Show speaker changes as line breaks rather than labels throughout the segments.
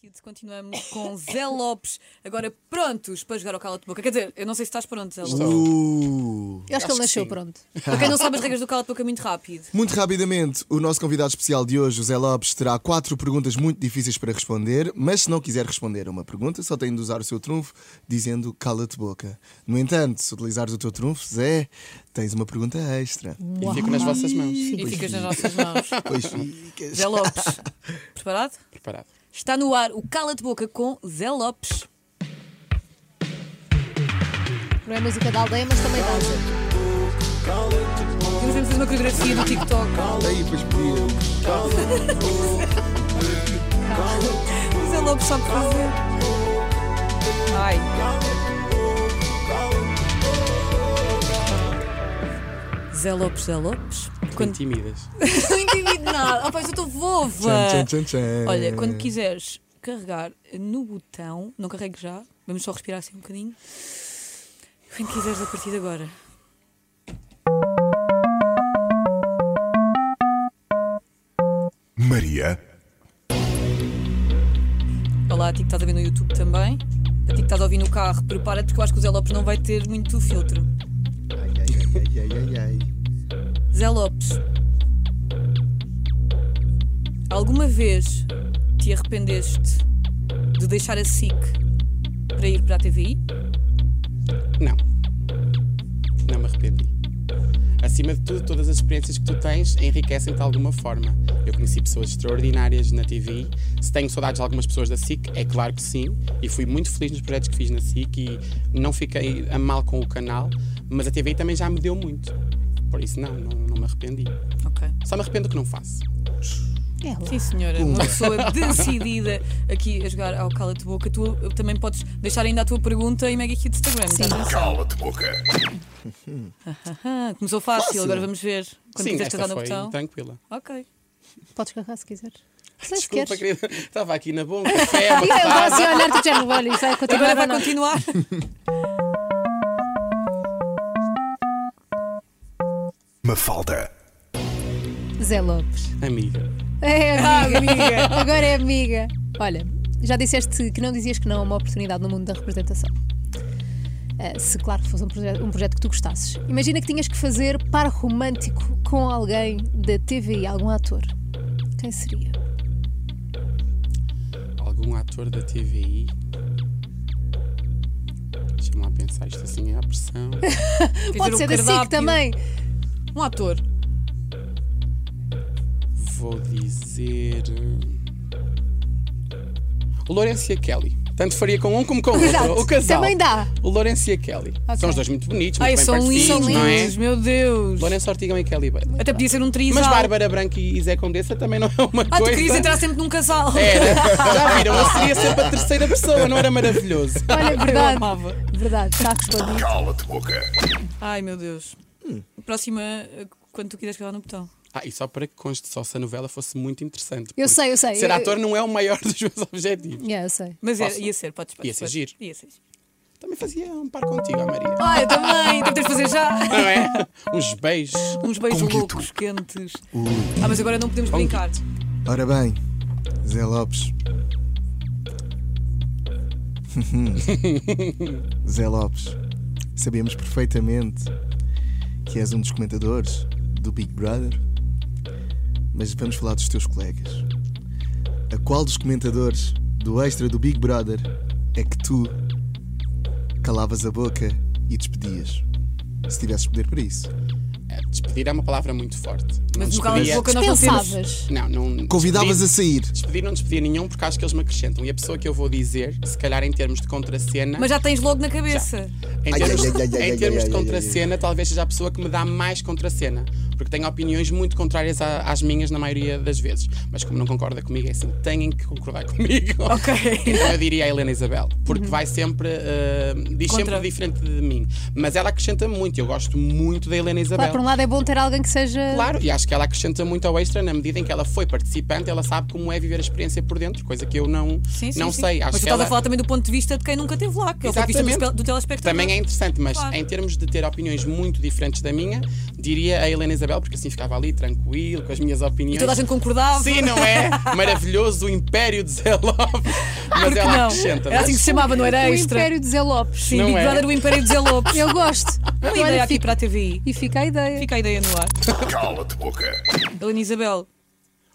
Kids, continuamos com Zé Lopes, agora prontos para jogar ao cala-de-boca. Quer dizer, eu não sei se estás pronto, Zé Lopes.
Uh,
Eu acho, que ele Então nasceu pronto.
Para quem não sabe as regras do cala-de-boca, é muito rápido.
Muito rapidamente, o nosso convidado especial de hoje, José Lopes, terá quatro perguntas muito difíceis para responder, mas se não quiser responder a uma pergunta, só tem de usar o seu trunfo dizendo cala-te boca. No entanto, se utilizares o teu trunfo, Zé, tens uma pergunta extra.
E fico nas vossas mãos.
E ficas nas nossas mãos.
Pois ficas.
Zé Lopes, preparado?
Preparado.
Está no ar o cala-de-boca com Zé Lopes.
Não é música da aldeia, mas também dança.
Temos mesmo de fazer uma coreografia do TikTok.
Aí, pois podia.
Zé Lopes é sabe fazer. Ai. Zé Lopes, Zé Lopes. Quando...
Tímidas.
Não entendi nada. Oh, pai, eu estou fofa.
Tchan, tchan, tchan.
Olha, quando quiseres carregar no botão, não carregue já, vamos só respirar assim um bocadinho. Quando quiseres a partir de agora.
Maria,
Olá, a ti que estás a ver no YouTube também. A ti que estás a ouvir no carro, prepara-te porque eu acho que o Zé Lopes não vai ter muito filtro.
Ai, ai, ai, ai, ai, ai.
Zé Lopes, alguma vez te arrependeste de deixar a SIC para ir para a TVI?
Não. Não me arrependi. Acima de tudo, todas as experiências que tu tens enriquecem-te de alguma forma. Eu conheci pessoas extraordinárias na TV. Se tenho saudades de algumas pessoas da SIC, é claro que sim. E fui muito feliz nos projetos que fiz na SIC e não fiquei a mal com o canal. Mas a TV também já me deu muito. Por isso, não, não, não me arrependi.
Ok.
Só me arrependo que não faço.
É lá.
Sim, senhora, uma pessoa decidida aqui a jogar ao Cala-te Boca. Tu uh, também podes deixar ainda a tua pergunta em Mega Hit Instagram. tá? Sim.
cala-te boca.
Ah, começou fácil, agora vamos ver. Quando
sim,
quiseres
esta
casar no
foi então.
botão. Ah,
tranquila.
Ok.
Podes carregar se quiseres. Se
Desculpa,
queres.
querida. Estava aqui na boa, um café, uma
E eu vou
tarde.
assim olhar, tu já olha, isto vai continuar.
Agora vai
ou não?
continuar.
Mafalda,
Zé Lopes.
Amiga.
É amiga. Agora é amiga. Olha, já disseste que não dizias que não a uma oportunidade no mundo da representação. Ah, se, claro, fosse um, proje- um projeto que tu gostasses. Imagina que tinhas que fazer par romântico com alguém da TVI, algum ator. Quem seria?
algum ator da TVI. Deixa-me lá pensar isto assim à pressão.
Quer
Pode
dizer,
ser
um
da SIC
cardápio.
também.
Um ator.
Vou dizer. eh, O Lourenço e a Kelly. Tanto faria com um como com o outro.
Exato.
O casal.
Também dá.
O Lourenço e a Kelly. São os dois muito bonitos, muito
Ai,
bem
são
partidos,
lindos,
não é?
meu Deus.
Lourenço Ortigão e Kelly Bailey.
Até podia ser um trisal.
Mas Bárbara Branca e Zé Condessa também não é uma
Ah, tu
coisa. É.
querias entrar sempre num casal.
Era. Já viram? Eu seria sempre a terceira pessoa, não era maravilhoso?
Olha,
Eu
verdade.
amava.
Verdade, está respondido.
cala-te boca.
Ai, meu Deus.
Hum.
Próxima, eh, quando tu quiseres casar no botão.
Ah, e só para que conste, só se a novela fosse muito interessante.
Eu
porque
sei, eu sei.
Ser
Eu-
ator não é o maior dos meus objetivos.
Yeah, eu sei.
Mas era-
Posso?
ia ser, podes, podes.
Ia ser
podes.
giro.
Ia ser giro.
Também fazia um par contigo, a Maria.
Ah, eu também. Tenho que fazer já.
Não é? Uns beijos.
Uns beijos
Conguito.
loucos, quentes. Ah, mas agora não podemos
Conguito.
brincar.
Ora bem, Zé Lopes. Zé Lopes, sabemos perfeitamente que és um dos comentadores do Big Brother, mas vamos falar dos teus colegas. A qual dos comentadores do extra do Big Brother é que tu calavas a boca e despedias? Se tivesses poder para isso.
É, despedir é uma palavra muito forte. Não
Mas no
despedia-
cala de boca nós não temos.
Pensavas.
Não, não.
Convidavas a
despedir-
sair.
Despedir não despedir nenhum, porque acho que eles me acrescentam. E a pessoa que eu vou dizer, se calhar em termos de contracena.
Mas já tens logo na cabeça.
Em
Ai,
termos,
ai, ai, ai,
em
ai, ai,
termos
ai, ai, ai.
de contracena, talvez seja a pessoa que me dá mais contracena, porque tem opiniões muito contrárias à- às minhas na maioria das vezes. Mas como não concorda comigo, é assim, têm que concordar comigo.
Ok. Uhum.
Então eu diria a Helena Isabel, porque vai sempre, eh, diz
Contra.
sempre diferente de mim. Mas ela acrescenta muito, eu gosto muito da Helena Isabel.
Claro, por um lado é bom ter alguém que seja.
Claro, e acho que ela acrescenta muito ao extra na medida em que ela foi participante, ela sabe como é viver a experiência por dentro, coisa que eu não,
Sim, sim,
não
sim.
sei. Acho
mas tu
que
estás
ela...
a falar também do ponto de vista de quem nunca teve lá, que é o ponto de vista do,
Exatamente.
espe- do telespectador.
Também é interessante, mas
Claro.
em termos de ter opiniões muito diferentes da minha, diria a Helena Isabel, porque assim ficava ali tranquilo, com as minhas opiniões.
E toda a gente concordava.
Sim, não é? Maravilhoso o império de Zé Lopes. Mas
Porque
ela
não?
acrescenta.
Era assim que se chamava, não era
O
extra?
Império de Zé Lopes.
Sim,
Não
Big
é.
Brother, o Império de Zé Lopes.
Eu gosto.
Uma
Olha,
ideia aqui
fica-
para a TVI.
E fica a ideia.
é Fica a ideia no ar.
Cala-te boca.
Helena Isabel,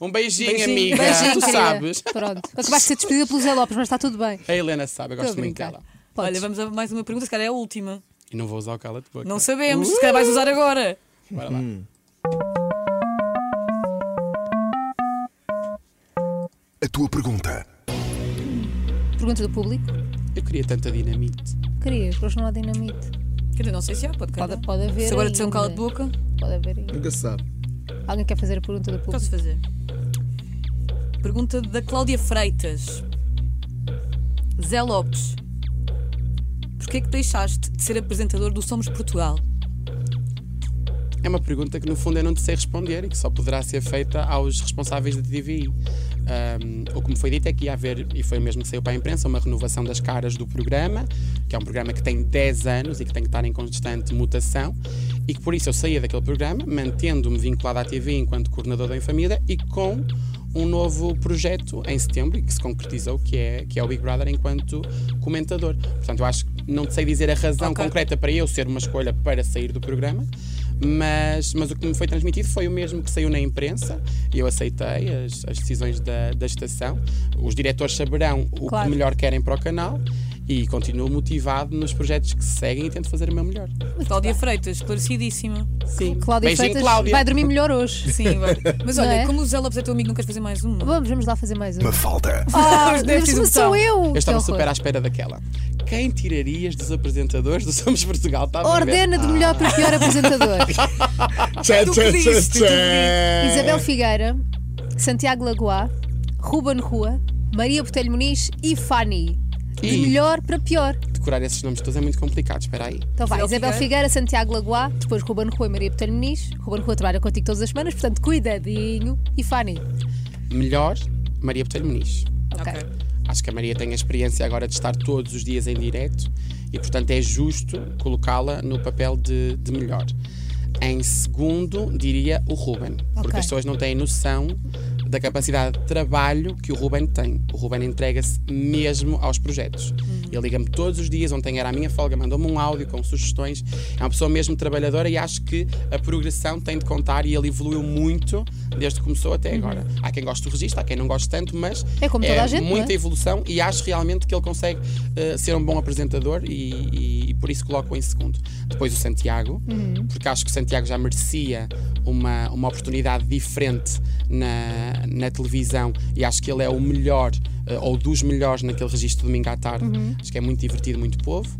Um beijinho,
Beijinho.
amiga.
Beijinho,
tu
querida.
sabes.
Pronto. Acabaste de ser despedida pelo Zé Lopes, mas está tudo bem.
A Helena sabe, eu
Estou a
gosto muito
brincar.
dela.
Podes.
olha, vamos a mais uma pergunta, se calhar é a última.
E não vou usar o cala de boca.
Não sabemos,
Uh!
se calhar vais usar agora.
Bora lá.
A tua pergunta.
Pergunta do público.
Eu queria tanta dinamite.
Querias, hoje não há dinamite.
Quer dizer, não sei se há, pode, calhar.
Pode, pode haver.
Se agora disser um
ainda.
cala de boca,
Pode haver ainda.
Nunca se sabe.
Alguém quer fazer a pergunta do público?
posso fazer. Pergunta da Cláudia Freitas. Zé Lopes, porquê que deixaste de ser apresentador do Somos Portugal?
É uma pergunta que no fundo eu não te sei responder e que só poderá ser feita aos responsáveis da TVI. Ahm, o que me foi dito é que ia haver, e foi mesmo que saiu para a imprensa, uma renovação das caras do programa, que é um programa que tem 10 anos e que tem que estar em constante mutação, e que por isso eu saía daquele programa, mantendo-me vinculado à TV enquanto coordenador da família e com um novo projeto em setembro e que se concretizou, que é, que é o Big Brother enquanto comentador. Portanto, eu acho que não te sei dizer a razão
Ok.
concreta para eu ser uma escolha para sair do programa, mas, mas o que me foi transmitido foi o mesmo que saiu na imprensa e eu aceitei as, as decisões da, da estação. Os diretores saberão o
Claro.
que melhor querem para o canal e continuo motivado nos projetos que se seguem e tento fazer o meu melhor.
Cláudia Freitas, esclarecidíssima.
Sim.
Cláudia
Beijinho,
Freitas
Cláudia.
vai dormir melhor hoje.
Sim, vai. Mas
Não
olha,
é?
como o Zé Lopes é teu amigo, não queres fazer mais uma?
Vamos, vamos lá fazer mais um.
Mafalda.
Ah, os
Mas
déficits do
mas sou
botão.
eu!
Eu estava
que horror.
super à espera daquela. Quem tirarias dos apresentadores do Somos Portugal? Tá Estava a ver.
Ordena de melhor para pior apresentador.
Tchau,
Tu pediste, tu
Isabel Figueira, Santiago Lagoa, Ruben Rua, Maria Botelho Muniz e Fanny. De
Ih.
melhor para pior.
Decorar esses nomes todos é muito complicado, espera aí.
Então
Isabel
vai, Isabel
Figueira.
Figueira, Santiago Lagoa, depois Ruben Rua e Maria Botelho Muniz. Ruben Rua trabalha contigo todas as semanas, portanto cuidadinho. E Fanny.
Melhor, Maria Botelho Muniz.
Ok.
Ok.
Acho que a Maria tem a experiência agora de estar todos os dias em direto e, portanto, é justo colocá-la no papel de, de melhor. Em segundo, diria o Ruben, porque
Ok.
as pessoas não têm noção da capacidade de trabalho que o Ruben tem. O Ruben entrega-se mesmo aos projetos.
Uhum.
Ele liga-me todos os dias, ontem era a minha folga, mandou-me um áudio com sugestões. É uma pessoa mesmo trabalhadora e acho que a progressão tem de contar e ele evoluiu muito desde que começou até agora. Há quem goste do registro, há quem não goste tanto, mas
Uhum. É como toda a gente, não é?
muita evolução e acho realmente que ele consegue eh, ser um bom apresentador e, e- e por isso coloco em segundo. Depois o Santiago, porque acho que o Santiago já merecia uma, uma oportunidade diferente na, na televisão e acho que ele é o melhor eh, ou dos melhores naquele registro de domingo à tarde. Acho que é muito divertido, muito povo.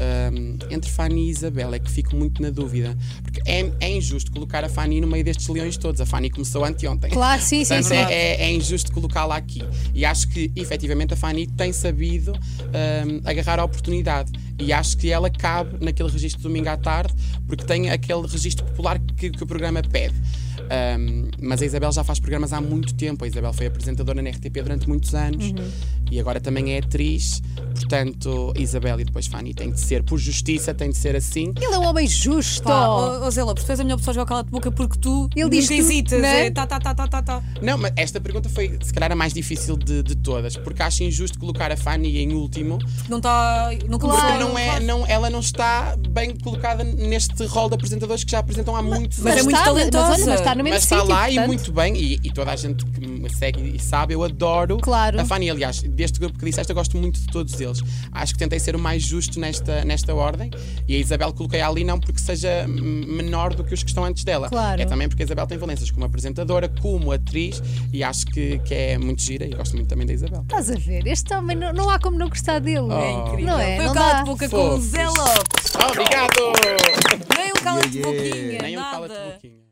Ahm, entre Fanny e Isabel é que fico muito na dúvida, porque é, é injusto colocar a Fanny no meio destes leões todos. A Fanny começou anteontem.
Claro, sim, sim,
Portanto,
sim.
é- é, é injusto colocá-la aqui. E acho que, efetivamente, a Fanny tem sabido hum, agarrar a oportunidade. E acho que ela cabe naquele registro de domingo à tarde, porque tem aquele registro popular que, que o programa pede. Hum, mas a Isabel já faz programas há muito tempo. A Isabel foi apresentadora na RTP durante muitos anos
Uhum.
e agora também é atriz. Portanto, Isabel e depois Fanny tem de ser, por justiça, tem de ser assim.
Ele é um homem justo.
Pá, ó, ó, Zé Lopes, tu és a melhor pessoa a jogar cala de boca porque tu
Ele diz
nunca
tudo,
hesitas.
né?
É, tá, tá, tá, tá, tá, tá.
Não, mas esta pergunta foi, se calhar, a mais difícil de, de todas, porque acho injusto colocar a Fanny em último.
Não está. Não
Porque
começou-
não é, não, ela não está bem colocada neste rol de apresentadores que já apresentam há muitos
mas é
anos.
muito
está,
talentosa.
Mas, olha, mas está no mesmo
mas está
sítio,
lá e
portanto.
muito bem, e, e toda a gente que me segue e sabe, eu adoro
Claro.
a Fanny. Aliás, deste grupo que disseste, eu gosto muito de todos eles. Acho que tentei ser o mais justo nesta, nesta ordem, e a Isabel coloquei ali não porque seja hum, menor do que os que estão antes dela.
Claro.
É também porque a Isabel tem valências como apresentadora, como atriz, e acho que, que é muito gira, e gosto muito também da Isabel.
Estás a ver? Este homem não, não há como não gostar dele.
É incrível.
Não é?
Foi
Não
o cala
dá.
de boca com o
Fofos.
Zé Lopes. Obrigado!
Nem um cala-te
Yeah, yeah.
boquinha,
Nem um
nada. um
cala-te boquinha.